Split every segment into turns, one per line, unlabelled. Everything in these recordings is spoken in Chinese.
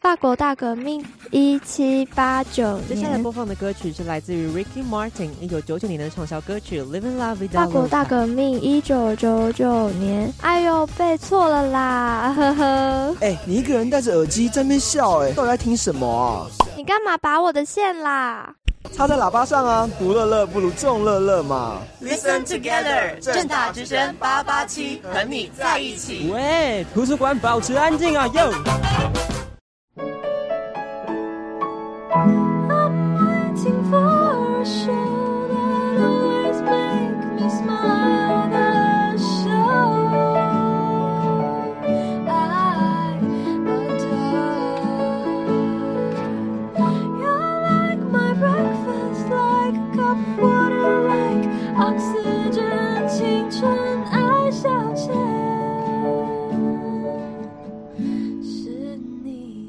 法国大革命一七八九
接下来
年，
播放的歌曲是来自于 Ricky Martin 一九九九年的畅销歌曲《Living La Vida Loca》。
法国大革命一九九九年。哎呦，背错了啦，呵呵。
哎、你一个人戴着耳机在那边笑、哎，到底在听什么啊？
你干嘛拔我的线啦？
插在喇叭上啊，独乐乐不如众乐乐嘛。
Listen together，正大之声八八七，和你在一起。
哎
喂，图书馆保持安静啊哟！
waiting for a show that always make me smile. The show I adore. You're like my breakfast, like a cup of water, like oxygen. 青春爱消遣，是你。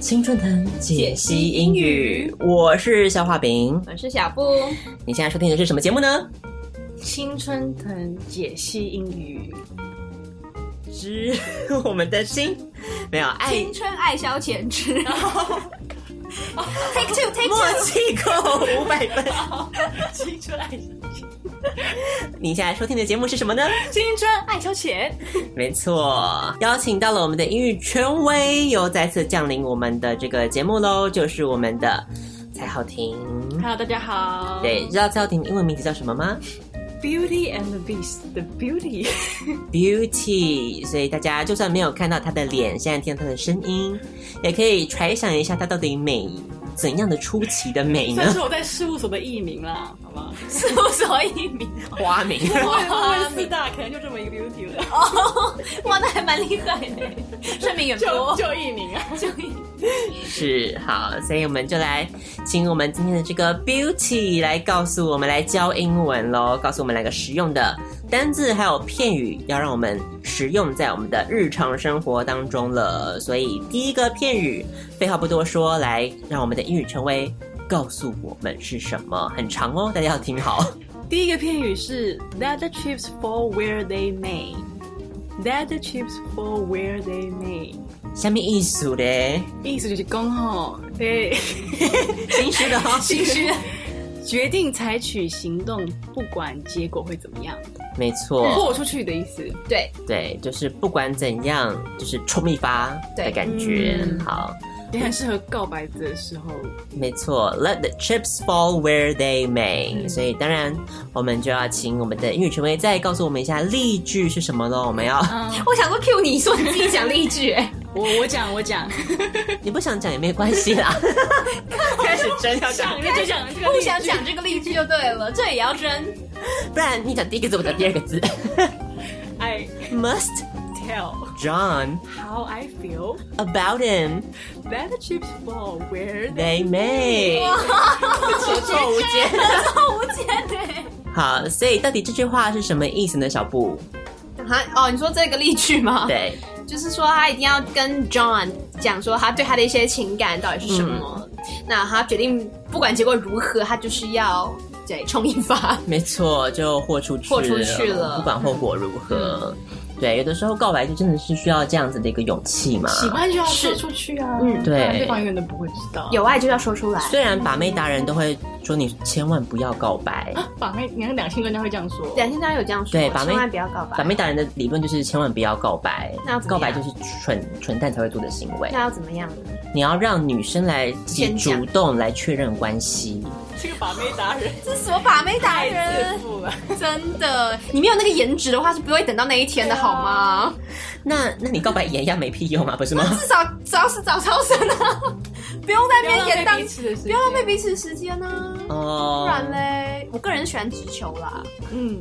青春藤解析英语，我是肖画饼。
我是小布，
你现在收听的是什么节目呢？
青春藤解析英语，
是 我们的心，没有
哎
爱
青春爱消遣 之 Take two, take
默
two。
契扣五百分。
青春爱
你现在收听的节目是什么呢？
青春爱消遣，
没错，邀请到了我们的英语权威，又再次降临我们的这个节目喽，就是我们的蔡浩庭。
Hello，大家好。
对，知道蔡浩庭的英文名字叫什么吗
，Beauty and the Beast，The Beauty，
？Beauty。所以大家就算没有看到他的脸，现在听到他的声音，也可以揣想一下他到底美怎样的出奇的美
算
呢
是？我在事务所的艺名啦，好吧？事务所艺 名，
花 名。
我也不会四大，可能就这么一个 Beauty 了。哦，哇，那还蛮厉害的，声名也多，就艺名啊，就艺。
是好，所以我们就来请我们今天的这个 Beauty 来告诉我们来教英文喽，告诉我们两个实用的单字还有片语，要让我们实用在我们的日常生活当中了。所以第一个片语，废话不多说，来让我们的英语权威告诉我们是什么，很长哦，大家要听好。
第一个片语是 That the chips fall where they may。That the chips fall where they may，
下面艺术嘞，
意思就是恭候，对，
心虚的 哦，
其实决定采取行动，不管结果会怎么样，
没错，
豁出去的意思。
对，
对，就是不管怎样，就是冲一发的
对
感觉。
嗯
好。
也很适合告白的时候。
没错，Let the chips fall where they
嗯
may、所以当然，我们就要请我们的英语权威再告诉我们一下例句是什么喽。我们要，
我想说 Q 你说你自己讲例句，哎
我我讲我讲，
你不想讲也没关系 啦。开始真要讲，
就讲这个
不
例
想讲这个例句就对了，这也要争。
不然你讲第一个字，我讲第二个字。
I
Must
tell
John
how I feel
about him
that the chips fall where they
they may。有错无间。
哦，无解的。
好，所以到底这句话是什么意思呢？小布，
啊哦，你说这个例句吗？，
对，
就是说他一定要跟 John 讲说他对他的一些情感到底是什么。那他决定不管结果如何，他就是要对冲一发。
没错，就豁出去，
豁出去了嗯
不管后果如何。对，有的时候告白就真的是需要这样子的一个勇气嘛。
喜欢就要说出去啊，嗯
对
对方永远都不会知道。
有爱就要说出来。
虽然把妹达人都会说你千万不要告白，
啊
把妹，你看两性专家会这样说，
两天大家有这样说，
对把妹
千万不要告
把
白。
妹达人的理论就是千万不要告白
那要，怎么
告
样
白就是蠢蠢蛋才会做的行为
那。要怎么样呢？
你要让女生来自己
先讲
主动来确认关系，
这个把妹达人
这是什么把妹达
太自
人？
负 了。
真的，你没有那个颜值的话，是不会等到那一天的好吗？
那那你告白也一样没屁用啊，不是吗？
至少只要是早超生啊，不用在那边
别
演当
浪费彼此的时
不
间
要浪费彼此的时间啊呢、
哦
不然嘞，我个人喜欢直球啦，嗯，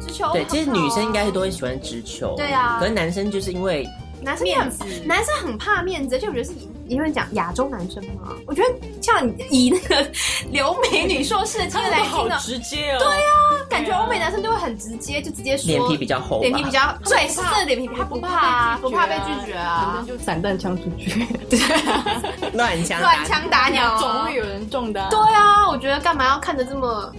直球，直球
对，其实
很好啊
女生应该都会喜欢直球，
对啊
可是男生就是因为
男生面子，男生很怕面子，而且我觉得是因为讲亚洲男生嘛，我觉得像以那个留美女硕士的经验来听
好
的，
直接哦。
对啊，感觉欧美男生都会很直接，就直接说
脸皮比较厚吧，
脸皮比较对，是这脸皮比较，他不怕啊，不怕被拒绝啊，
就散弹枪出去，
乱枪打
乱枪打鸟啊
总会有人中的啊。
对啊，我觉得干嘛要看着这么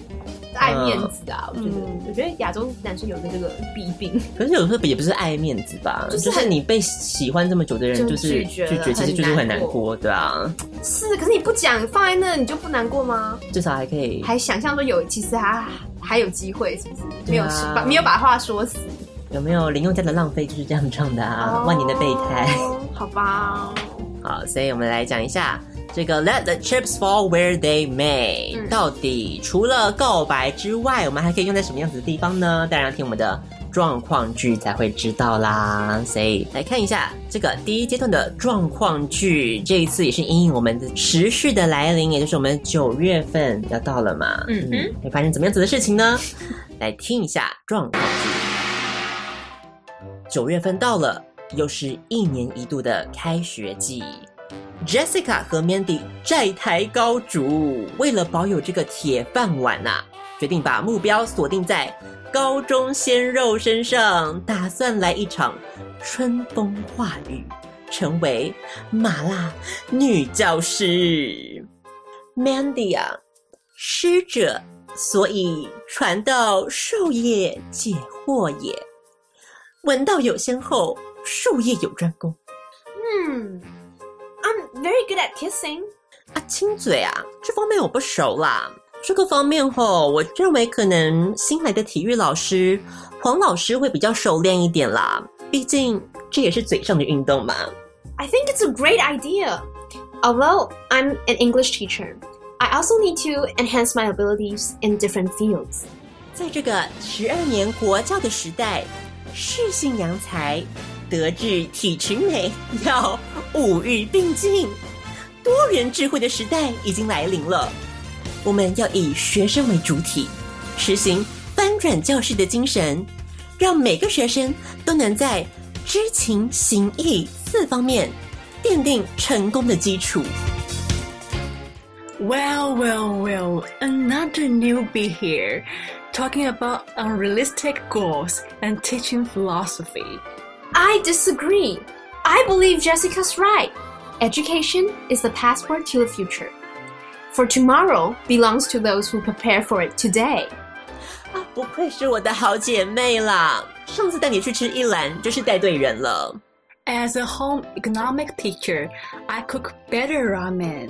爱面子啊？我觉得，
嗯
我觉得亚洲男生有个这个弊病，
可是有时候也不是爱面子吧，就是是你被喜欢这么久的人，
就
就是
拒绝了
其实就是
很
很
难
难过，对啊，
是，可是你不讲放在那，你就不难过吗？
至少还可以，
还想象说有，其实还还有机会，是不是？没
对啊
有吃把没有把话说死，
有没有林宥嘉的浪费就是这样唱的啊，万年的备胎。
哦，好吧，
好，所以我们来讲一下这个 Let the chips fall where they may，、
嗯
到底除了告白之外，我们还可以用在什么样子的地方呢？当然要听我们的状况句才会知道啦。所以来看一下这个第一阶段的状况句，这一次也是因应我们的时序的来临，也就是我们九月份要到了嘛，
嗯哼
会发生怎么样子的事情呢？来听一下状况句。九月份到了，又是一年一度的开学季。Jessica 和 Mandy 债台高筑，为了保有这个铁饭碗呐、决定把目标锁定在高中鲜肉身上，打算来一场春风化雨，成为麻辣女教师。Mandy 啊，师者，所以传道授业解惑也。文道有先后，术业有专攻
嗯，I'm very good at kissing，
啊。亲嘴啊，这方面我不熟啦。这个方面吼，我认为可能新来的体育老师黄老师会比较熟练一点啦，毕竟这也是嘴上的运动嘛。
I think it's a great idea. Although I'm an English teacher, I also need to enhance my abilities in different fields.
在这个十二年国教的时代，适性扬才，德智体群美，要五育并进。多元智慧的时代已经来临了，我们要以学生为主体，实行翻转教室的精神，让每个学生都能在知情行义四方面奠定成功的基础。
Well, well, well, another newbie here, talking about unrealistic goals and teaching philosophy.
I disagree. I believe Jessica's right. Education is the passport to the future. For tomorrow belongs to those who prepare for it today.
啊，不愧是我的好姐妹啦！上次带你去吃一兰，真是带对人了。
As a home economic teacher, I cook better ramen.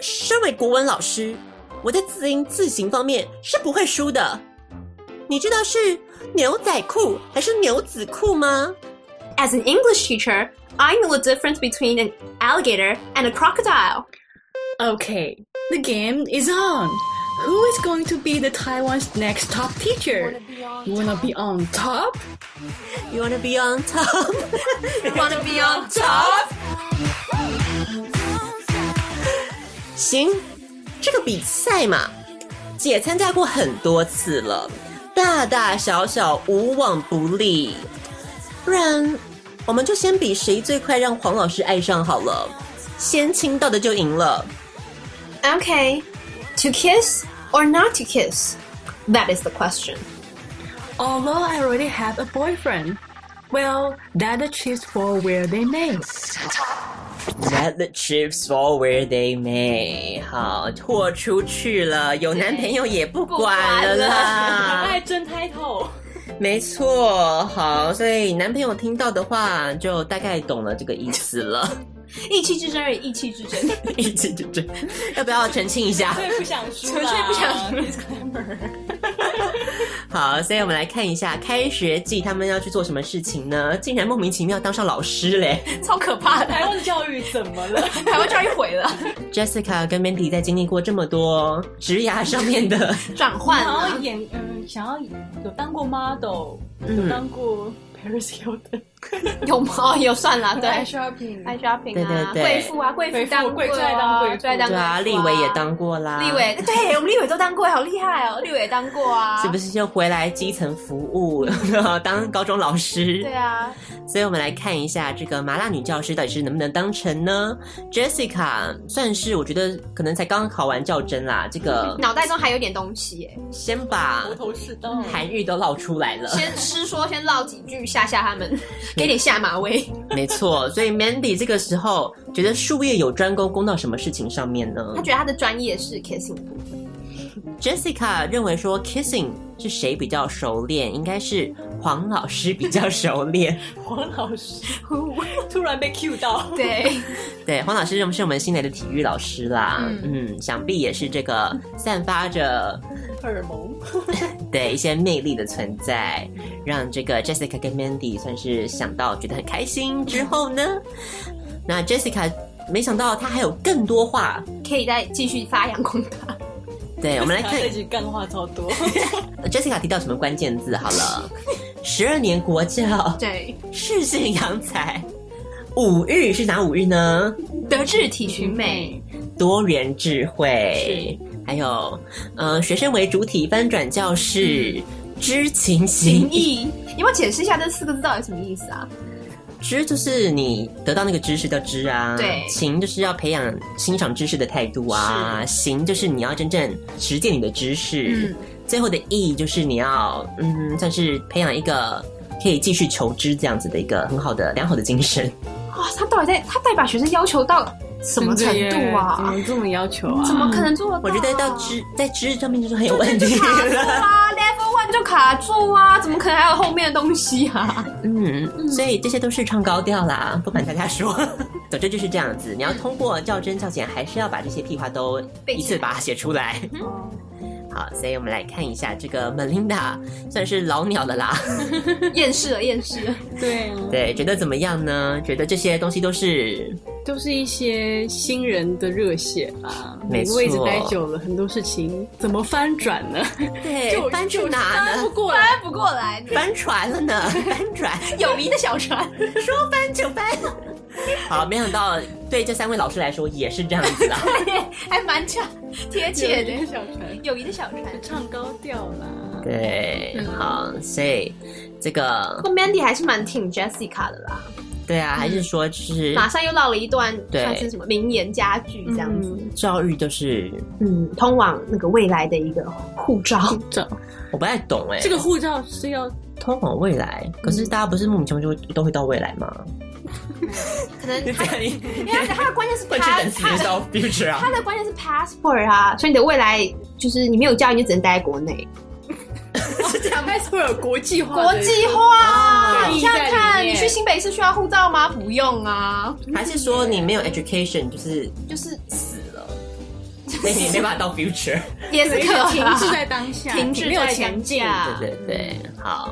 身为国文老师，我在字音字形方面是不会输的。你知道是牛仔裤还是牛仔裤吗？
As an English teacher, I know the difference between an alligator and a crocodile.
Okay, the game is on. Who is going to be the Taiwan's next top teacher? You wanna be on top?
You wanna be on top？
Wanna be on top?
行，这个比赛嘛，姐参加过很多次了，大大小小无往不利。不然，我们就先比谁最快让黄老师爱上好了，先亲到的就赢了。
Okay, to kiss or not to kiss? That is the question.
Although I already have a boyfriend. Well, that achieves for where they may.
Let the chips fall where they may。好，豁出去了，有男朋友也不管 了啦。
爱真开 头，
没错，好，所以男朋友听到的话，就大概懂了这个意思了。
意气之争而已，意气之争。
一起就这，要不要澄清一下？
对，不想输，
纯粹不想输
输。Disclaimer
好，所以我们来看一下开学季他们要去做什么事情呢？竟然莫名其妙当上老师嘞！
超可怕的，
台湾的教育怎么了？
台湾教育毁了，
Jessica 跟 Mandy 在经历过这么多职涯上面的
转换
想要
了。
演，嗯，想要有当过 model，有当过 Paris Hilton，
有吗？有算啦，对
Eye shopping
，eye shopping 啊，
对对对
贵妇啊，贵妇当
贵妇贵妇当贵妇
啊贵妇当
对
贵妇
啊，立委也，当过啦，
立 委对我们立委都当过，好厉害哦，立委也当过啊，
是不是就回来基层服务， 当高中老师？
对啊，
所以我们来看一下这个麻辣女教师到底是能不能当成呢？Jessica 算是我觉得可能才刚考完教甄啦，这个
脑袋中还有点东西耶，
先把
头头是道。
韩愈都唠出来了，
先吃说，先唠几句吓吓 他们，给点下马威。
没错。所以 Mandy 这个时候觉得术业有专攻，攻到什么事情上面呢
他觉得他的专业是 kissing 部分，
？Jessica 认为说 kissing 是谁比较熟练，应该是黄老师比较熟 练。
黄老师 突然被 cue 到，
对，
对，黄老师是我们是我们新来的体育老师啦，嗯想必也是这个散发着
荷尔蒙。
对一些魅力的存在，让这个 Jessica 跟 Mandy 算是想到觉得很开心。之后呢，那 Jessica 没想到她还有更多话，
可以再继续发扬光大。
对我们
哎
来
他
看
这集干话超多，
Jessica 提到什么关键字好了，十二年国教，
对，
世界洋才，五育是哪五育呢？
德智体群美，
嗯多元智慧，还有呃学生为主体翻转教室，知情行
情
义。
义。你要不要解释一下这四个字到底什么意思啊？
知就是你得到那个知识叫知啊，
对
情就是要培养欣赏知识的态度啊，行就是你要真正实践你的知识。
嗯
最后的义就是你要嗯，算是培养一个。可以继续求知这样子的一个很好的良好的精神，
哇，啊他到底在他到底把学生要求到什么程度
怎
啊？
么这么要求啊？
怎么可能做得到？
嗯我觉得到知在知上面就是很有问题
卡住
了。
啊，level one 就卡住啊，怎么可能还有后面的东西 啊？
嗯，所以这些都是唱高调啦，不瞒大家 说，总之就是这样子。你要通过较真较简，还是要把这些屁话都一次把它写出来。 好，所以我们来看一下这个 Melinda 算是老鸟了啦，
厌世了，厌世了。
对啊，
对，觉得怎么样呢？觉得这些东西都是
都是一些新人的热血吧。
没
你位置
错
待久了，很多事情怎么翻转呢？
对，翻去哪呢？
过来，翻不过来，
翻船了 呢，翻船，
有迷的小船。
说翻就翻。好，没想到对这三位老师来说也是这样子啊 啦。
还蛮恰贴切
有一个
的，
小船
友谊的小船。
唱高调啦。
对，好，所以这个
不过 Mandy 还是蛮挺 Jessica 的啦，
对啊，还是说就是
马上又唠了一段
对
算是什么名言佳句这样子，
教育就是
嗯，通往那个未来的一个护照。
照，
我不太懂哎、
这个护照是要
通往未来，可是大家不是莫名其妙就会都会到未来吗？
可能他，
样，
因为他他的关键是他他的
future 啊
他的关键是 passport 啊，所以你的未来就是你没有教育，你就只能待在国内，
讲开始会有国际化的
国际化。
对
你想想
在
看，
里
你
面
去新北市需要护照吗？不用啊，
还是说你没有 education 就是
就是
死了，所以你没办法到 future？
也是可
停滞
以啊
在当下，
停滞
没有
在当
前进。
下
对对对，好。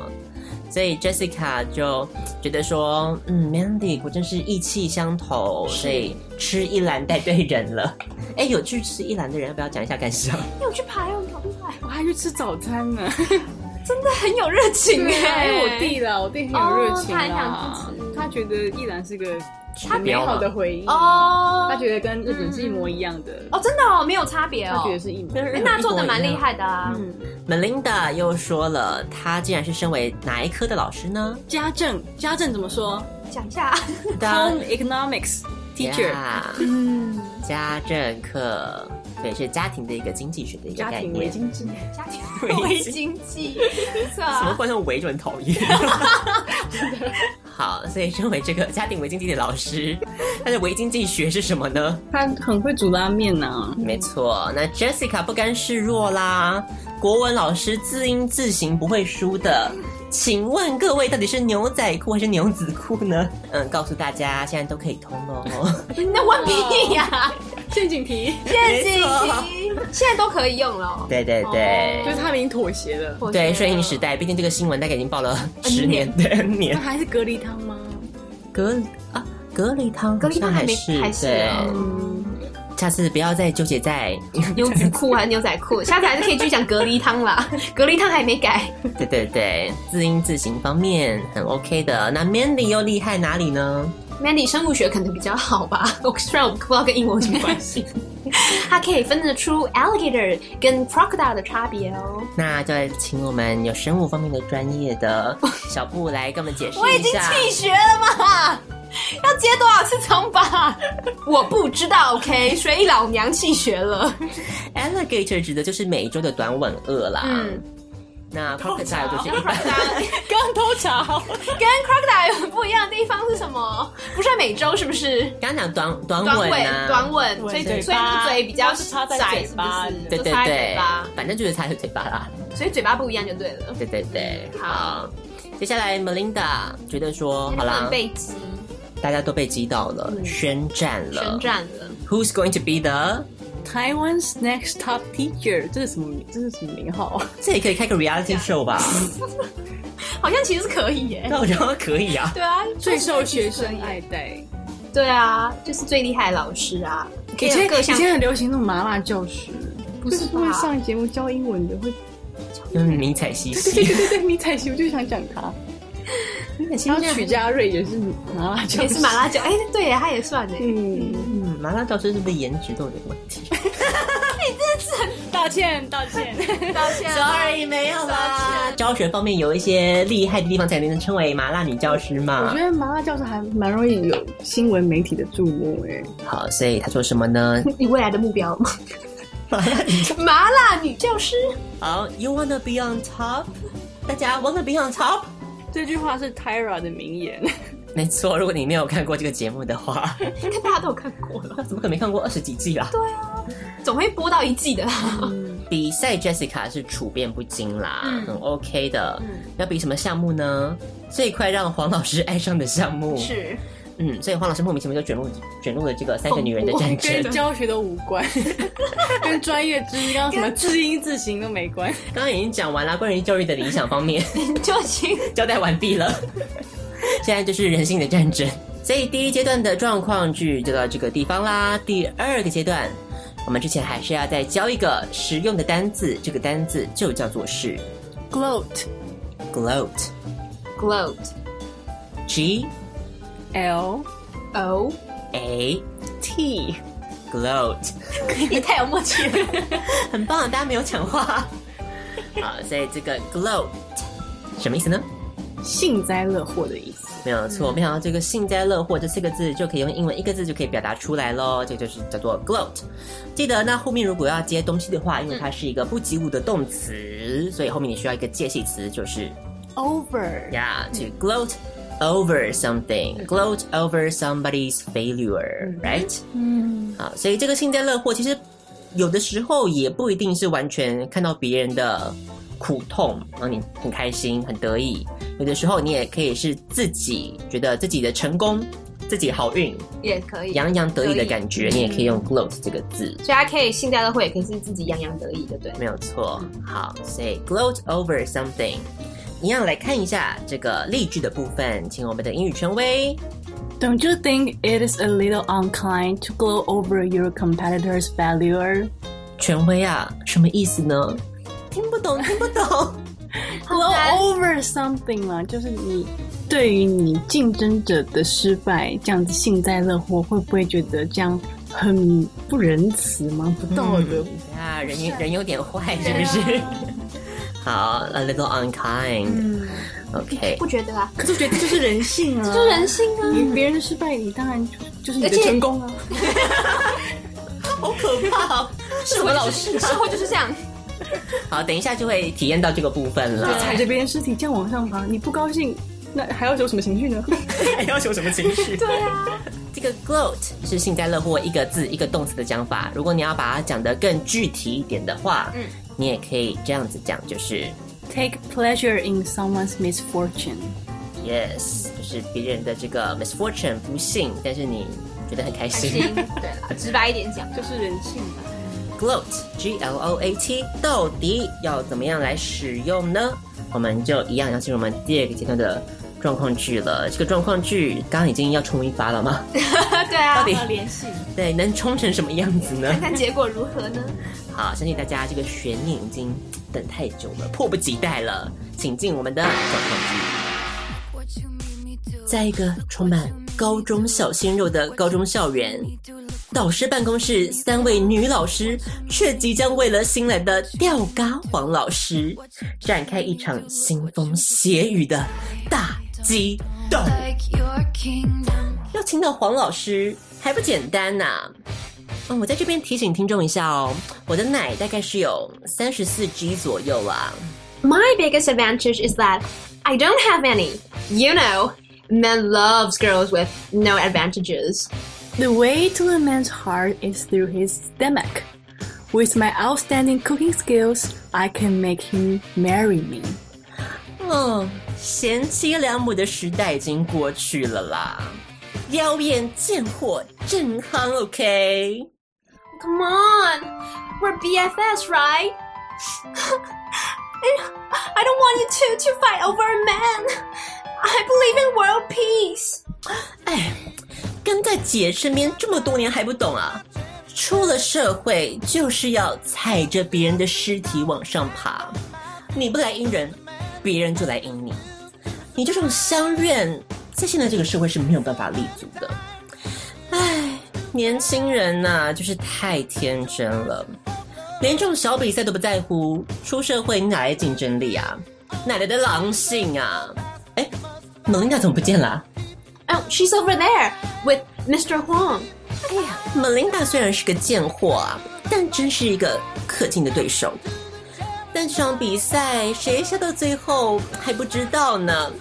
所以 Jessica 就觉得说，嗯，Mandy 果真是意气相投，所以吃一兰带对人 了。哎，有去吃一兰的人，要不要讲一下感想？
你有去爬有好厉害，
我还去吃早餐 呢，
很有热情
对啊，
哎、
因为我弟啦，我弟很有热情
哦他很想
啦
支，持
他觉得依然是个
他
很美好的回忆，
哦，
他觉得跟日本是一模一样的，
哦，真的哦，没有差别
他
哦
觉。得是一模一样
哎那做的蛮厉害的啊，
Melinda 又说了，她竟然是身为哪一科的老师呢？
家政，家政怎么说
讲一下，
？Home economics teacher，
嗯，家政课，对，是家庭的一个经济学的一个
家
概
庭为
念。
经济，
家庭
围
为
巾
经济，不错
什么
啊，
观众围就很讨厌。啊 好，所以身为这个家庭为经济的老师，他的为经济学是什么呢？
他很会煮拉面呐。
没错，那 Jessica 不甘示弱啦，国文老师字音字形不会输的。请问各位，到底是牛仔裤还是牛仔裤呢？嗯，告诉大家，现在都可以通 哦。
那问屁呀，
陷阱题，
陷阱
没
题现在都可以用了哦。
对对对。
就是他已经妥协了。
我觉得
对，顺应时代，毕竟这个新闻大概已经报了
啊
十年、对 N
那
年。
还是隔离汤吗？
隔啊，隔离汤，
隔离汤
还
还没
是
开始
对
哦。
嗯，
下次不要再纠结在，
牛仔裤还是牛仔裤，下次还是可以继续讲隔离汤啦，隔离汤还没改。
对对对，字音字形方面很 OK 的。那 Mandy 又厉害哪里呢？
Mandy 生物学可能比较好吧，我虽然我不知道跟英文有什么关系，它可以分得出 alligator 跟 crocodile 的差别哦。
那就来请我们有生物方面的专业 的小布来跟我们解释
我已
一
经
下。
气血了嘛，要接多少次长吧？
我不知道，OK，所以老娘弃学了。
Alligator 指的就是美洲的短吻鳄啦。
嗯，
那 crocodile 就是一般。
crocodile
刚偷查，
跟 crocodile 很不一样的地方是什么？不是在美洲是不是？
刚刚讲短短
短
吻
吻，
啊，
短吻，所以
嘴
所以
巴
嘴比较
都是插在
窄，
嘴
是不
巴
是？
对
都
对
插在
对
嘴巴，，
反正就是插在嘴巴啦。
所以嘴巴不一样就对了。
对对对，
好
好。接下来 Melinda 觉得说，好啦，
被击
大家都被击倒了，
嗯
宣战了，
宣战了。
Who's going to be the？
Taiwan's next top teacher，这是什么名？这是什么名号啊？
这也可以开个 reality show 吧？
好像其实可以耶。
那我觉得可以 啊。
对啊，
最受学生爱戴。
对啊，就是最厉害的老师啊，可
以
以
前
有各
以
项
前很流行那种麻辣教师，
不
就是不会
吧
上节目教英文的，会
嗯，迷彩西
对对
西，
对对对，迷彩系，我就想讲 他。然后曲家瑞也是麻辣教师，
也是麻辣椒，哎，对耶，他也算哎，
嗯，
嗯，麻辣教师是不是颜值都有点问 题
道歉道歉。
道歉
啊
？Sorry，没有啦。教学方面有一些厉害的地方，才能称为麻辣女教师
我
嘛
觉。得麻辣教师还蛮容易有新闻媒体的注目哎。
好，所以他说什么呢
你未来的目标吗？麻辣女教师，
好，You wanna be on top？大家 wanna be on top？
这句话是 Tyra 的名言，
没错，如果你没有看过这个节目的话，
应该大家都有看过了，
怎么可能没看过二十几季啊啦？
总会播到一季的啦。
比赛 Jessica 是处变不惊啦，
嗯
很 OK 的。要比什么项目呢？最快让黄老师爱上的项目，
是，
嗯，所以黄老师莫名其妙就卷入卷入了这个三个女人的战争
跟。教学都无 关，跟专业知识，刚刚什么字音字形都没关。
刚刚已经讲完了关于教育的理想方面，
就行。
交代完毕了。现在就是人性的战争，所以第一阶段的状况剧就到这个地方啦。第二个阶段，我们之前还是要再教一个实用的单字，这个单字就叫做是
Gloat
gloat，g
Gloat,
L
O，
A
T
gloat。
也太有默契了。
很棒，大家没有抢话。好，所以这个 gloat 什么意思呢？
幸灾乐祸的意思。
没有错，没想到这个幸灾乐祸这四个字就可以用英文一个字就可以表达出来喽，这个就是叫做 gloat。记得那后面如果要接东西的话，因为它是一个不及物的动词，所以后面你需要一个介系词，就是
Over
yeah to gloat 嗯 over something，gloat over somebody's failure，right？嗯，好，所以这个幸灾乐祸其实有的时候也不一定是完全看到别人的苦痛，然后你很开心、很得意。有的时候你也可以是自己觉得自己的成功、自己好运、
也可以，
洋洋得意的感觉，你也可以用 gloat 这个字。
所以他可以幸灾乐祸，也可以是自己洋洋得意的，对。
没有错。好，所以 gloat over something。一样来看一下这个例句的部分，请我们的英语权威
Don't you think it is a little unkind to gloat over your competitor's failure?
权威啊，什么意思呢？听不懂，听不懂。
Gloat over something 嘛，就是你对于你竞争者的失败这样子幸灾乐祸，会不会觉得这样很不仁慈吗？不道德？
啊，人有人有点坏，是不是？ 好，a little unkind。OK，
不觉得啊，
可是我觉得这就是人性啊，这
就是人性啊。
你别人的失败，你当然就就是你
而
的
且
成功啊。
好可怕哦！是我老师。
社会就是这样，
好，等一下就会体验到这个部分了。
踩着别人尸体这样往上爬，你不高兴，那还要有什么情绪呢？
还要求什么情绪？对啊，这个 gloat 是幸灾乐祸一个字一个动词的讲法。如果你要把它讲得更具体一点的话，嗯，你也可以这样子讲，就是。
Take pleasure in someone's misfortune.
Yes，就是别人的这个 misfortune 不幸，但是你觉得很开心。
对，直白一点讲，
就是人性吧。
gloat g l o a t 到底要怎么样来使用呢？我们就一样要进入我们第二个阶段的状况剧了。这个状况剧刚刚已经要冲一发了吗？
对啊
到，底
联系
对，能冲成什么样子呢
看？看结果如何呢？
好，相信大家这个悬念已经等太久了，迫不及待了，请进我们的状况剧。在一个充满高中小鲜肉的高中校园，导师办公室三位女老师却即将为了新来的吊嘎黄老师展开一场腥风血雨的大激斗。要请到黄老师还不简单呐、嗯，我在这边提醒听众一下哦，我的奶大概是有三十四 G 左右啦。
My biggest advantage is that I don't have any. You know, men loves girls with no advantages.
The way to a man's heart is through his stomach. With my outstanding cooking skills, I can make him marry me.
嗯，贤妻良母的时代已经过去了啦，妖艳贱货正夯，OK。
Come on, we're BFS, right? I don't want you two to fight over a man. I believe in world peace.
跟在姐身边这么多年还不懂啊？出了社会就是要踩着别人的尸体往上爬，你不来阴人，别人就来阴你。你这种相怨，在现在这个社会是没有办法立足的。唉，年轻人呐、就是太天真了，连这种小比赛都不在乎，出社会你哪来竞争力啊？哪来的狼性啊？哎，蒙娜怎么不见了啊？
Oh, she's over there with Mr. Huang.
哎呀，m e l i n d a 虽然是个贱货啊，但真是一个可敬的对手。但这场比赛谁笑到最后还不知道呢。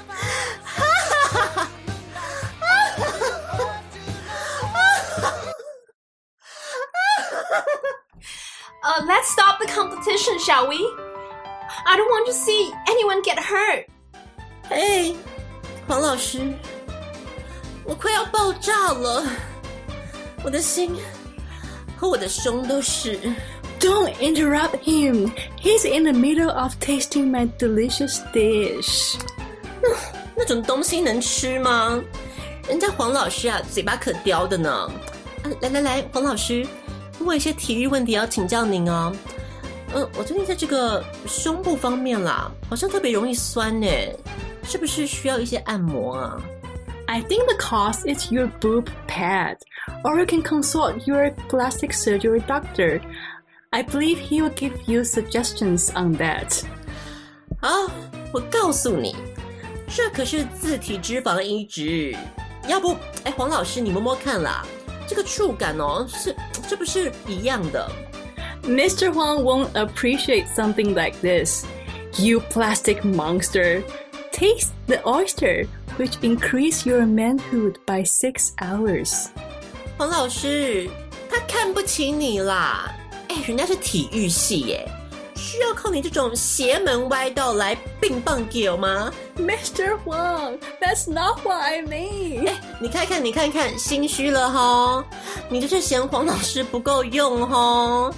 Uh, let's stop the competition, shall we? I don't want to see anyone get hurt.
哎，黄老师，我快要爆炸了，我的心和我的胸都是。
Don't interrupt him. He's in the middle of tasting my delicious dish.
那种东西能吃吗？人家黄老师啊，嘴巴可刁的呢。啊来来来，黄老师，我有一些体育问题要请教您哦。嗯，我最近在这个胸部方面啦，好像特别容易酸呢，是不是需要一些按摩啊？
I think the cause is your boob pad, or you can consult your plastic surgery doctor. I believe he will give you suggestions on that.
啊，我告诉你，这可是自体脂肪移植。要不，哎，黄老师，你摸摸看啦，这个触感哦，是这不是一样的？
Mr. Huang won't appreciate something like this. You plastic monster. Taste the oyster, which increase your manhood by six hours.
黄老师，他看不起你啦！哎，人家是体育系耶，需要靠你这种邪门歪道来并棒球吗？
Mr. Huang, that's not what I mean.
哎，你看看，你看看，心虚了哈，你就是嫌黄老师不够用哈。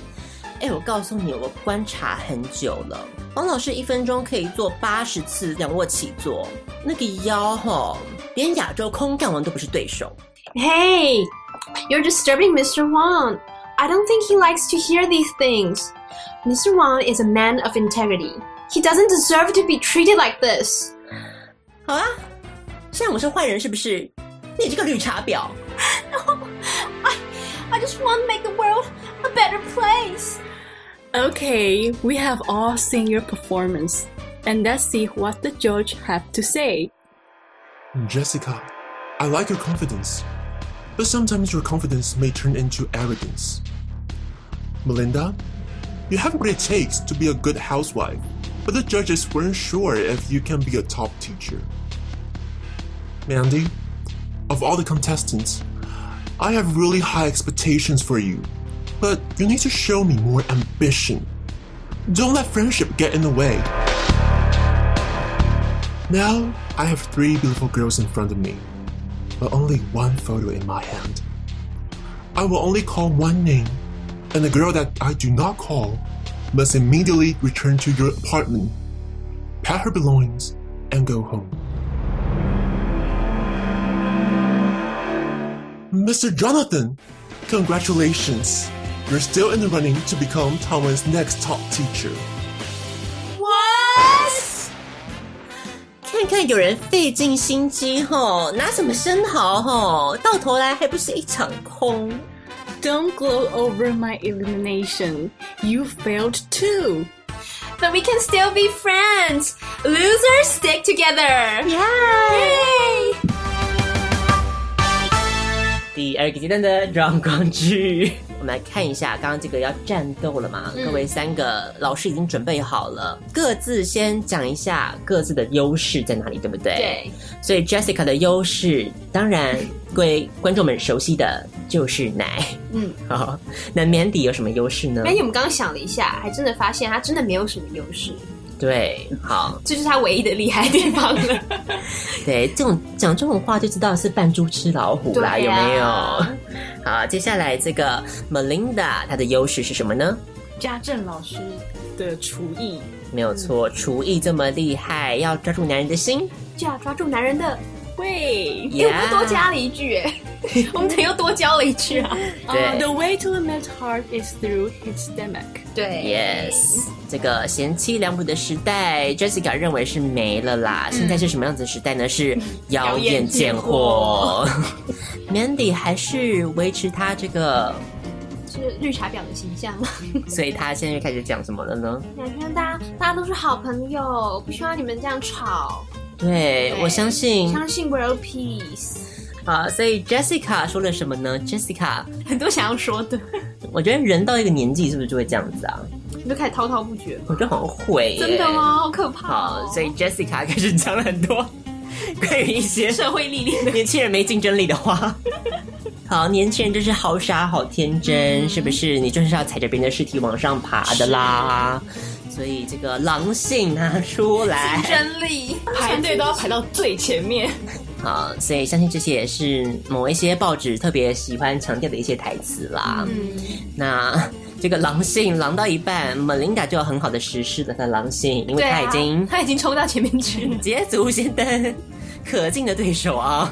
哎，我告诉你，我观察很久了，黄老师一分钟可以做八十次仰卧起坐，那个腰哈，连亚洲空干王都不是对手。
Hey, you're disturbing Mr. Wang. I don't think he likes to hear these things. Mr. Wang is a man of integrity. He doesn't deserve to be treated like this.
好啊，像我是坏人是不是？你这个绿茶婊！
I, I just want to make the world a better place.
Okay, we have all seen your performance, and let's see what the judge have to say.
Jessica, I like your confidence, but sometimes your confidence may turn into arrogance. Melinda, you have what it takes to be a good housewife, but the judges weren't sure if you can be a top teacher. Mandy, of all the contestants, I have really high expectations for you, but you need to show me more ambition. Don't let friendship get in the way. Now, I have three beautiful girls in front of me, but only one photo in my hand. I will only call one name, and the girl that I do not call must immediately return to your apartment, pack her belongings, and go home. Mr. Jonathan, congratulations. You're still in the running to become Taiwan's next top teacher.
看看有人费尽心机吼，拿什么生蚝吼，到头来还不是一场空。
Don't gloat over my elimination. You failed too.
But we can still be friends. Losers stick together. Yay!
第二个阶段的让光剧， 我们来看一下，刚刚这个要战斗了嘛？
嗯
各位三个老师已经准备好了，各自先讲一下各自的优势在哪里，对不对？
对。
所以 Jessica 的优势，当然归观众们熟悉的就是奶。
嗯， 哎
好，那 Mandy 有什么优势呢？
而且我们刚刚想了一下，还真的发现他真的没有什么优势，
对，好，
这就是他唯一的厉害地方了。
对，这种讲这种话就知道是扮猪吃老虎啦，
对
有
啊
没有？好，接下来这个 Melinda 她的优势是什么呢？
家政老师的厨艺，
没有错，
嗯
厨艺这么厉害，要抓住男人的心。
就要抓住男人的胃。
Yeah
哎，我们多加了一句， 哎，我们等于又多教了一句啊。
Uh,
对
the way to a man's heart is through his stomach.
对
Yes，这个贤妻良母的时代，Jessica 认为是没了啦。
嗯
现在是什么样子的时代呢？ 是妖艳贱货。Mandy 还是维持她这个，
就是绿茶婊的形象。
所以她现在开始讲什么了呢？
两天大家大家都是好朋友，不需要你们这样吵。
对我相信
相信 world peace，
啊，所以 Jessica 说了什么呢？Jessica，
很多想要说的，
我觉得人到一个年纪是不是就会这样子啊？
你都开始滔滔不绝了。
我觉得好像会耶
真的吗？？好可怕、
好，
哦！
所以 Jessica 开始讲了很多关于一些
社会历练，
年轻人没竞争力的话。好，年轻人真是好傻好天
嗯
真，是不是？你就是要踩着别人的尸体往上爬的啦。所以这个狼性啊出来，
真理
排队都要排到最前面。
好，所以相信这些也是某一些报纸特别喜欢强调的一些台词啦。那这个狼性狼到一半，Melinda 就有很好的实施了她的狼性，因为
对
她
啊
已经
他已经冲到前面去了。
捷足先登，可敬的对手啊。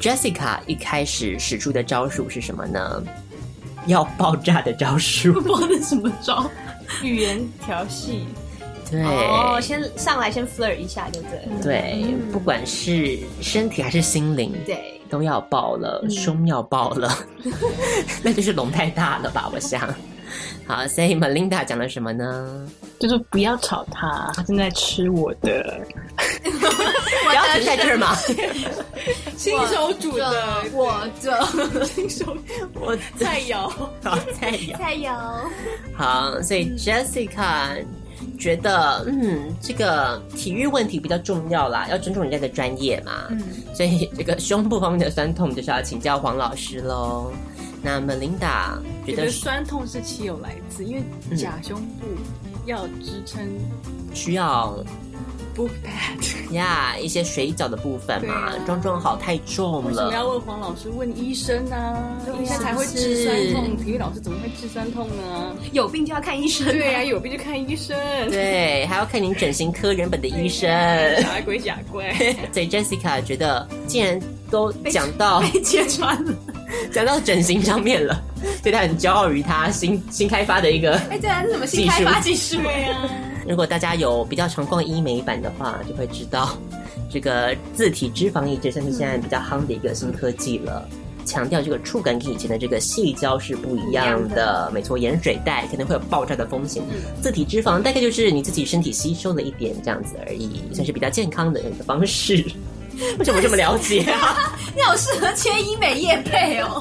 Jessica 一开始使出的招数是什么呢？要爆炸的招数，
我的什么招？语言调戏。
对、
哦，先上来先 flirt 一下，对不对？
对，不管是身体还是心灵，
对，
都要爆了，胸要爆了， 那就是龙太大了吧？我想。好，所以 Melinda 讲了什么呢？
就是不要吵他，他正在吃我的。
不要停在这儿嘛！
新手煮的，
我的
新手
我
菜肴。
好，再聊。
菜肴，
好，所以 Jessica 觉得，嗯，这个体育问题比较重要啦，要尊重人家的专业嘛。所以这个胸部方面的酸痛，就是要请教黄老师喽。那 Melinda 觉
觉
得
得酸痛是岂有来自，因为假胸部要支撑
需要
book pad。
呀一些水饺的部分嘛
对啊，
装装好太重
为什么 要
了。
问黄老师？问医生啊，
对啊
医生才会治酸痛，体育老师怎么会治酸痛呢？
有病就要看医生。啊
对呀、啊有病就看医生。
对，还要看您整形科原本的 医 生。
假鬼假怪，
所以 Jessica 觉得，既然都讲到
被揭穿了。
讲到整形上面了， 所以她很骄傲于她新新开发的一个
哎，对啊，这是什么新开发技术？
对啊呀、
如果大家有比较常逛医美版的话，就会知道 这个自体脂肪移植算是现在比较夯的一个新科技了。强调这个触感跟以前的这个细胶是不一样的，
不一样的
没错，盐水袋可能会有爆炸的风险。自体脂肪大概就是你自己身体吸收了一点这样子而已，算是比较健康的一个方式。 为什么这么了解啊？
你好适合切医美业 配哦，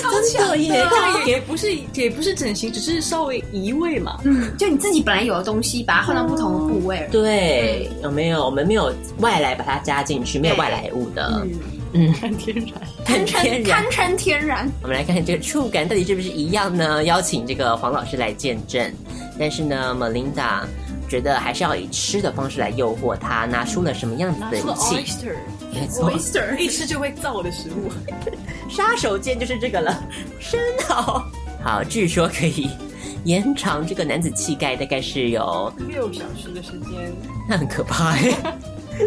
超强的啊
耶
那个也不是也不是整形，只是稍微移位嘛。
嗯
就你自己本来有的东西，把它换到不同的部位。
对，有没有？我们没有外来把它加进去，没有外来物的，嗯，
很天然。
很天然。
堪称天然。
我们来看这个触感到底是不是一样呢？邀请这个黄老师来见证。但是呢，Melinda 觉得还是要以吃的方式来诱惑他，拿出了什么样子
拿
的
出了
武器？
oyster，
没错，
一吃就会造我的食物。
杀手锏就是这个了， 生蚝。好，据说可以延长这个男子气概，大概是有
六小时的时 间，
哎 那很可怕、欸，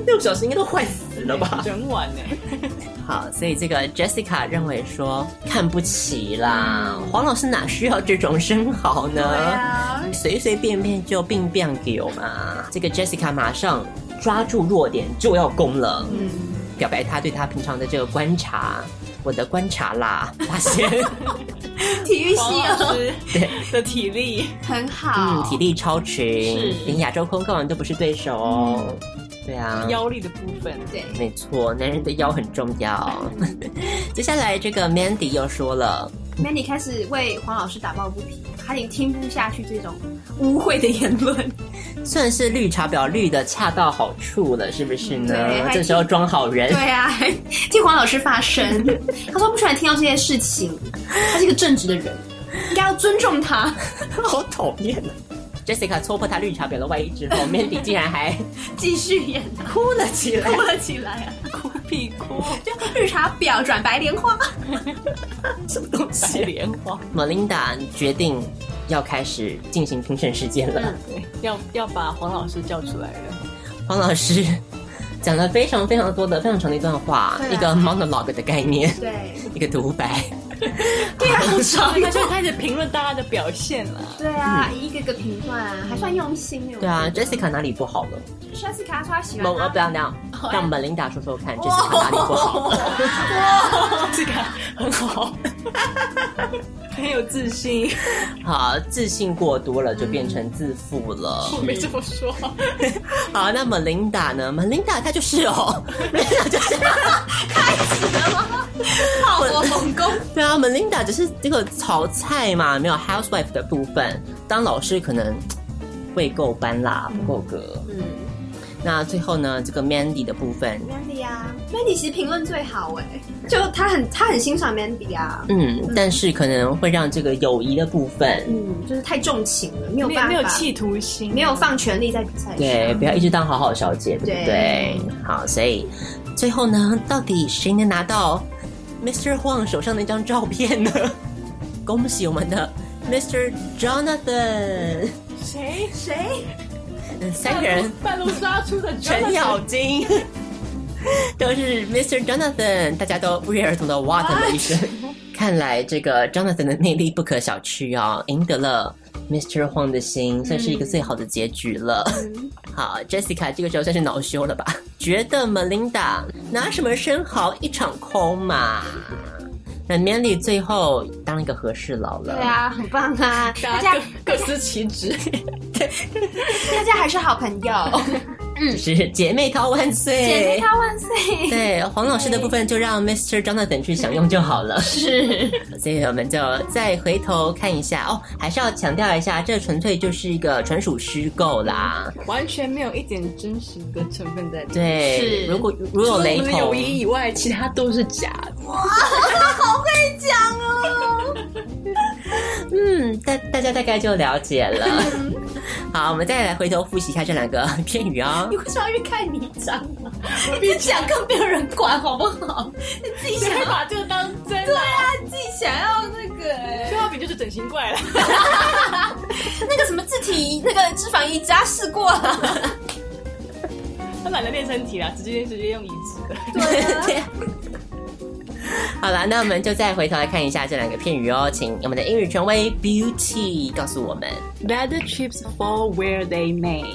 六小时应该都坏死了吧？
整晚呢、
好，所以这个 Jessica 认为说看不起啦，黄老师哪需要这种生蚝呢？随随便便就病变给我嘛。这个 Jessica 马上抓住弱点就要攻了，嗯，表白他对他平常的这个观察，我的观察啦，发现
体育系
哦
对
的体 力
很
嗯
好，
体力超群
是，
连亚洲空港都不是对手哦。对啊，
腰力的部分，对，
没错，男人的腰很重要。 接下来这个 Mandy 又说了，
Mandy 开始为黄老师打抱不平，他已经听不下去这种污秽的言 论。
算是绿茶婊绿的恰到好处了，是不是呢
对？还
这时候装好人，
对啊，还替黄老师发声。他说他不喜欢听到这些事情，他是一个正直的人，应该要尊重他。
好讨厌啊！Jessica 戳破他绿茶婊的外衣之后，Mandy 竟然还
继续演、啊，
哭了起来
哭了起来啊，哭屁哭，就绿茶婊转白莲花，
什么东西？
莲花，
Melinda 决定要开始进行评审时间了。
对，要要把黄老师叫出来了，
黄老师讲了非常非常多的非常长的一段话，
对啊
一个 monologue 的概念，
对，
一个独白。
对啊，不
对他就开始评论大家的表现 了。
对啊，一个个评断，还算用心呢。我
对啊
觉得
，Jessica 哪里不好了？
，Jessica 说她喜
我
欢
我
他
不要那样，让 Melinda 说说看，Jessica 哪里不好了？
这个很 好，很有自信。
好，啊自信过多了就变成自负了。
我没这么说，
好，那 Melinda 呢？Melinda 她就是哦 ，Melinda 就是。
炮 火哦猛攻，
对啊，Melinda 只是这个炒菜嘛，没有 housewife 的部分。当老师可能未够班啦，不够格。
嗯
那最后呢，这个 Mandy 的部分，
，Mandy 啊，Mandy 其实评论最好哎，就他很他很欣赏 Mandy 啊，
嗯，但是可能会让这个友谊的部分，
嗯，就是太重情了，没有
没
办
有
法，
没有企图心，啊
没有放全力在比赛上，
对，不要一直当好好小姐，对不对？好，所以最后呢，到底谁能拿到 Mr. Huang 手上那张照片呢？ 恭喜我们的 Mr. Jonathan，
谁
谁
嗯三个人
半路杀出的
程咬金， 都是 Mr. Jonathan，大家都不约而同的哇的了一声。 看来这个 Jonathan 的魅力不可小觑哦，赢得了 Mr. Huang 的
嗯
心，算是一个最好的结局了。 好，Jessica 这个时候算是恼羞了吧？ 觉得 Melinda 拿什么生蚝一场空嘛？那 Mandy 最后当一个和事佬了。
对啊，很棒啊，大
大
家
家各各司其 职，
大家还是好朋友，
就是姐妹淘万岁！
姐妹她万 岁，
对黄老师的部分就让 Mr. Jonathan 去享用就好了。
是
所以我们就再回头看一下哦，还是要强调一下，这纯粹就是一个纯属虚构啦。
完全没有一点真实的成分在里面。
对，如果如有雷
除了
同
友，谊以外，其他都是假的。
嗯，大大家大概就了解 了。好，我们再来回头复习一下这两个片语哦。
你为什么要越看你讲啊？你自己讲更没有人管，好不好？你自己想
谁
要，
把这个当真？
对啊，你自己想要那个、哎
邱浩炳就是整形怪了。
那个什么自体那个脂肪移植啊，试过了。
他懒得练身体啦，直接直接用移植的。
对、啊好了，那我们就再回头来看一下这两个片语哦，请我们的英语权威 Beauty 告诉我们，
Better chips fall where they may，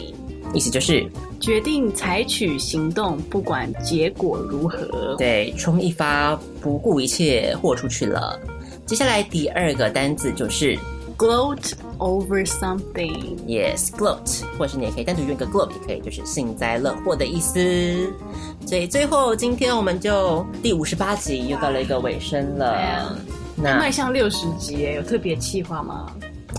意思就是
决定采取行动，不管结果如何。
对，冲一发不顾一切豁出去了。接下来第二个单字就是
Gloat over something，
yes gloat，或是你也可以单独用一个 gloat，也可以就是幸灾乐祸的意思。所以最后今天我们就第五十八集又到了一个尾声
啊
了。那
迈向六十集耶，有特别计划吗？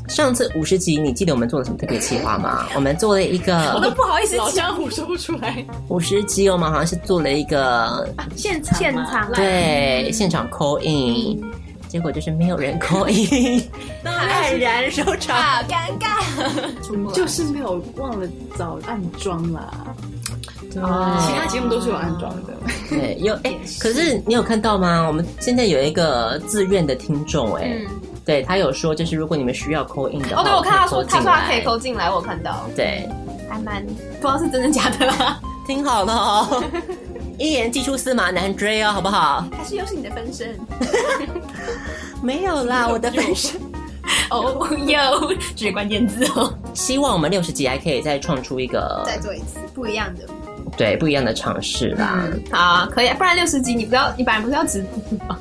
上次五十集，你记得我们做了什么特别企 划吗？我们做了一
我
个
都不好意思，老江湖说不出来。
五十集，我们好像是做了一 个
现场
现场
嗯
对现场 call in，结果就是没有人 call in，黯然收场。
好尴尬，
就是没有忘了找暗装啦，
哦
其他节目都是有暗装的。
对，有哎、可是你有看到吗？我们现在有一个自愿的听众哎、对他有说，就是如果你们需要 call in 的话，
哦，对，我看他说，
可以 call
他
进
说他可以
来。
扣进来，我看到，
对，
啊还蛮不知道是真的假的啦。
听好了哦，一言既出，驷马难追哦，好不好？
还是又是你的分身？
没有啦，我的分身。
哦，有，这是关键字哦。
希望我们六十集还可以再创出一个
再做一次不一样的。
对不一样的尝试啦，
好啊，可以，不然六十集你不要，你本来不是要直播吗？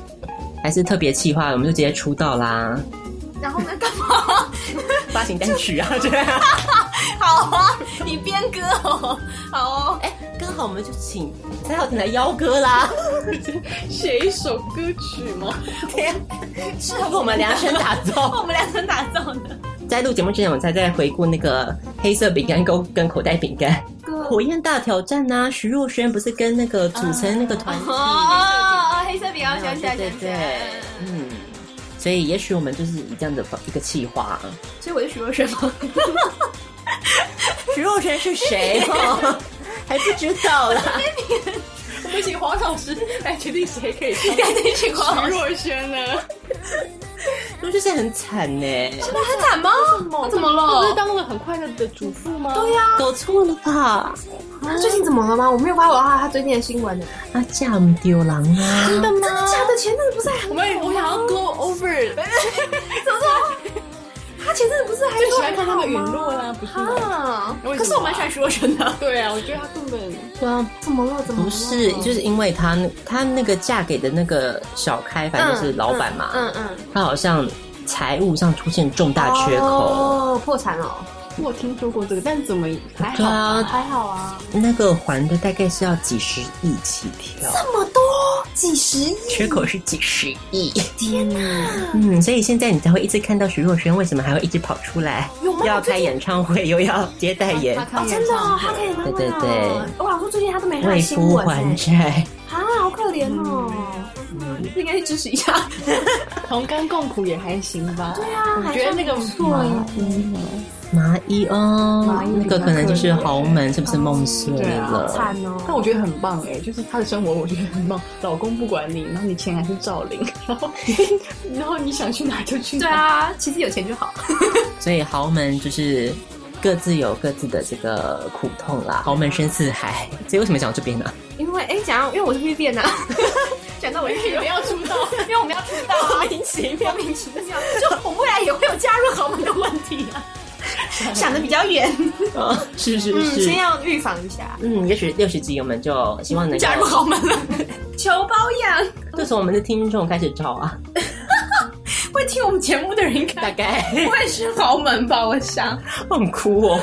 还是特别企划，我们就直接出道啦，
然后呢，干嘛？
发行单曲 啊，这样。
好啊， 你编歌哦，好哦。
哎，刚好我们就请蔡浩庭来邀歌啦，
写一首歌曲吗？
天，是合我们量身打造。
我们量身打造的。
在录节目之前，我才在回顾那个黑色饼干跟跟口袋饼干火焰大挑战呐、徐若瑄不是跟那个组成那个团体
哦哦哦，黑色饼干，想起来，
对
想起
对
来。，
嗯，所以也许我们就是以这样的方一个企划。啊
所以我就徐若瑄吗？
徐若瑄是谁？哦 还不知道啦。
我们请黄老师来决定谁可以唱。
赶紧请黄老
徐
师
若瑄呢？
那就是很惨呢、
那很惨吗？他怎么
她不是
了？
当了很快乐的主妇吗？
对呀，
搞错了吧？
他最近怎么了吗？我没有发我啊他他最近的新闻呢。
啊，嫁唔丢郎啊！
真的吗？真的假的？前阵子不是还
我们我想要 go over，
他前阵子不是还
最喜
说
欢看他
很好
的陨
吗
落啦，不是吗？
啊！
为什么啊
可是我蛮喜欢徐若瑄的。
对啊，我觉得他根本
对啊，
怎么了？怎么
不
了
是，就是因为她那她那个嫁给的那个小开，反正就是老板嘛，
嗯嗯，
她好像财务上出现重大缺口。
哦，破产了。
我听说过这个，但怎么还
对
好？
啊，
还好啊，
那个还的大概是要几十亿起跳，
这么多，几十亿，
缺口是几十亿。天哪！嗯，所以现在你才会一直看到徐若瑄为什么还会一直跑出来
有吗，
要开演唱会，又要接代言，
哦，真的哦，他可以拿
对对对
我想说最近他都没看
为
新
夫
闻
还
哎
债。
啊，好可怜哦。这应该去支持一下。
同甘共苦也还行吧。对啊，
我
觉得那个
错，
麻衣哦，
麻衣
那个可能就是豪门是不是梦碎
好
了？
惨哦。
但我觉得很棒哎、就是她的生活我觉得很棒，老公不管你，然后你钱还是照领，然后 然后你想去哪就去哪。
对，啊，其实有钱就好。
所以豪门就是各自有各自的这个苦痛啦。豪门深似海，所以为什么讲到这边呢？
因为哎，讲到因为我是 Vivian 呐， 讲到我是 Vivian 要出道， 因为我们要出道啊，莫名其妙，莫名其妙，就我未来也会有加入豪门的问题 啊，想的比较远，
啊，是是
嗯，
是
先，要预防一下，
嗯，也许六十集我们就希望能
加入
够
豪门了， 求包养，
就从我们的听众开始招 啊，
会听我们节目的人应
大
该
概
不会是豪门吧？我想
我很哭哦。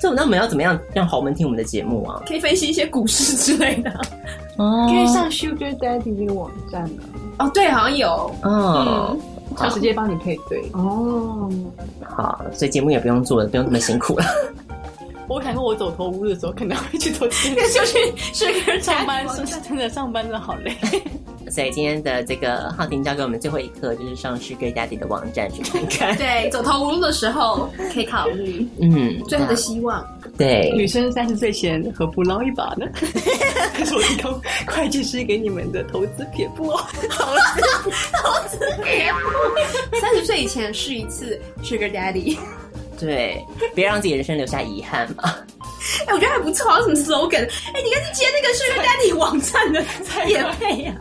这那我们要怎么样让豪门听我们的节目啊？
可以分析一些股市之类的，
哦
可以上 Sugar Daddy 这个网站的，
哦，对，好像有，
嗯，
他直接帮你配对。哦，
好，所以节目也不用做了，不用这么辛苦了。
我想过我走投无路的时候，可能会去做 这件
那
事。
就去去跟人
上班是 真的，上班真的好累。
所以今天的这个浩婷教给我们最后一课，就是上市给家里的网站去看看。
对走投无路的时候 可以考虑
嗯，
最后的嗯希望。
那对
女生三十岁前何不捞一把 呢？这是我提供会计师给你们的投资撇步哦。
三十岁以前试一次 Sugar Daddy，
对，别让自己人生留下遗憾嘛。
哎、我觉得还不错，好像什么 slogan？哎、你应该去接那个 Sugar Daddy 网站的也配呀、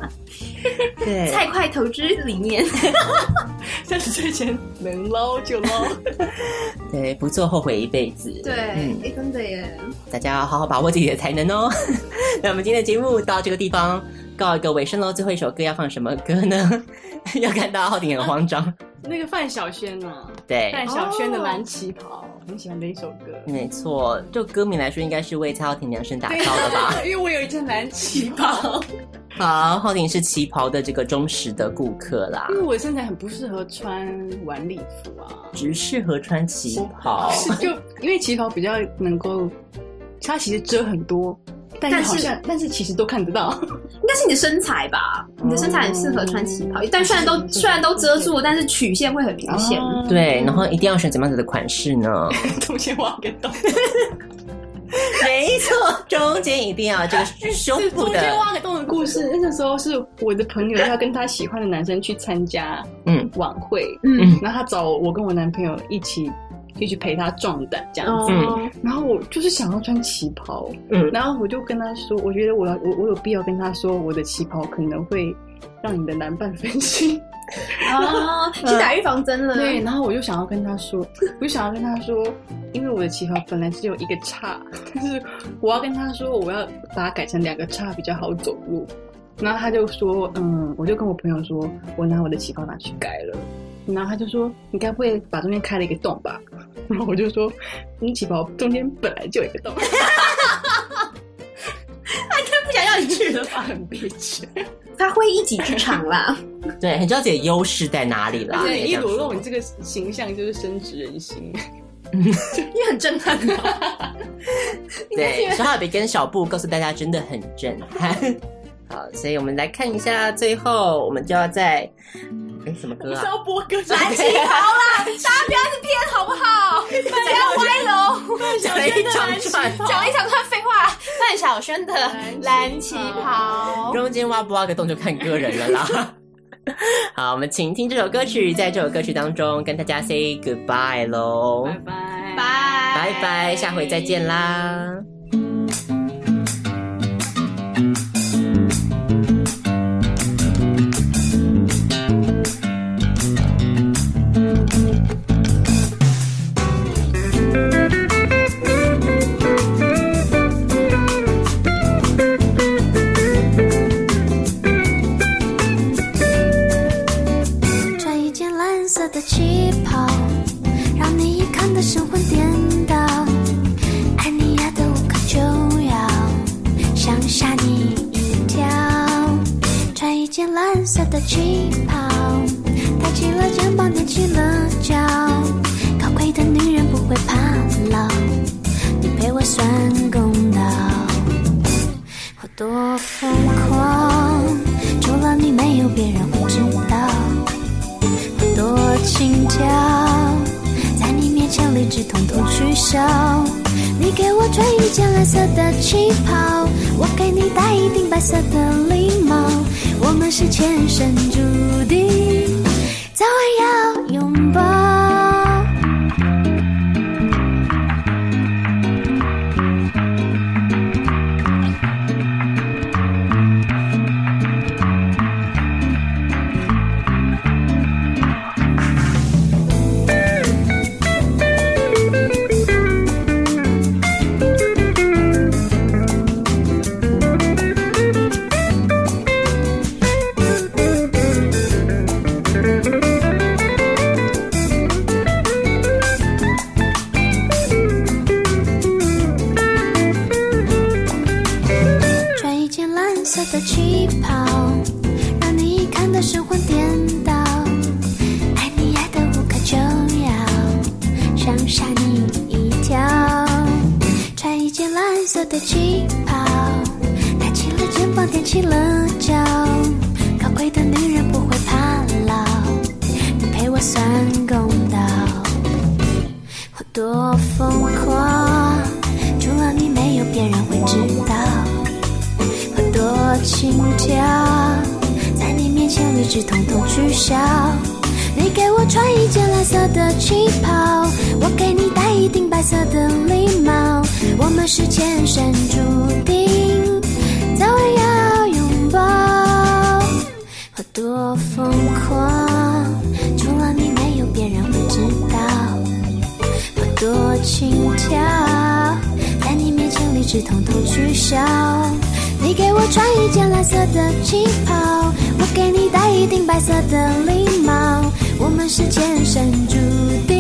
对
菜快投资理 念，
三十岁前能捞就捞。
对，不做后悔一辈子。
对，哎、
嗯，
真的耶，
大家要好好把握自己的才能哦。 那我们今天的节目到这个地方告一个尾声喽。最后一首歌要放什么歌呢？ 要看到浩婷很慌 张。
那个范晓萱呢？
对，
范晓萱的《蓝旗袍》，很喜欢的一首歌。
没错，就歌名来说，应该是为蔡浩婷量身打造的吧。
因为我有一件蓝旗袍，
好，浩婷是旗袍的这个忠实的顾客啦
因。为我的身材很不适合穿晚礼服啊，
只适合穿旗袍，
是就因为旗袍比较能够，它其实遮很多，但
但
是哦
是
好像但是其实都看得到。
应该是你的身材吧？你的身材很适合穿旗袍，但虽然都虽然都遮住，但是曲线会很明显。
对，然后一定要选怎么样子的款式呢？
中间挖个洞，
没错，中间一定要这个胸部
中间
的，
挖个洞的故事。那时候是我的朋友要跟他喜欢的男生去参加
嗯
晚会，
嗯
然后他找我跟我男朋友一起可以去陪他壮胆这样子。
嗯
然后我就是想要穿旗袍，
嗯
然后我就跟他说，我觉得我要我我有必要跟他说，我的旗袍可能会让你的男伴分心。
哦去打预防针了
对，然后我就想要跟他说，我就想要跟他说，因为我的旗袍本来只有一个叉，但是我要跟他说，我要把它改成两个叉比较好走路。然后他就说，嗯，我就跟我朋友说，我拿我的旗袍拿去改了。然后他就说，你该不会把中间开了一个洞吧？ 然后我就说，你旗袍中间本来就有一个洞。
他应该不想要你去了吧？
很憋屈，
他会一己去场啦。
对，很知道自己的优势在哪里啦
而。且一
这样
裸
说
露，你这个形象就是深植人心。
因为很震撼啊。
对，小海比跟小布告诉大家真的很震撼。好，所以我们来看一下，最后我们就要在哎什么歌 啊？
播歌
蓝旗袍啦，大家不要一直偏好不好？不要歪楼。
讲了一长串，
讲一长串废话，范晓萱的蓝旗袍。
中间挖不挖个洞就看个人了啦。好，我们请听这首歌曲，在这首歌曲当中跟大家 say goodbye 喽，
拜
拜
拜拜，下回再见啦。
穿一件蓝色的旗袍，让你一看的神魂颠倒。艾尼亚的无可救药，想吓你一跳。穿一件蓝色的旗袍，抬起了肩膀，踮起了脚。高贵的女人不会怕老，你陪我算公道。我多疯狂，除了你没有别人会知道。我多轻佻，在你面前理智统统取消。你给我穿一件蓝色的旗袍，我给你戴一顶白色的礼帽。我们是前生注定，早晚要拥抱。穿一件蓝色的旗袍，让你一看的神魂颠倒。爱你爱的无可救药，想吓你一跳。穿一件蓝色的旗袍，抬起了肩膀，踮起了脚。高贵的女人不会怕老，你陪我算公道。我多疯狂，除了你没有别人会知道。我多轻佻，在你面前理智统统取消。你给我穿一件蓝色的旗袍，我给你戴一顶白色的礼帽。我们是前生注定，早晚要拥抱。我多疯狂，除了你没有别人会知道。我多轻佻，在你面前理智统统取消。你给我穿一件蓝色的旗袍，我给你戴一顶白色的礼帽，我们是前生注定。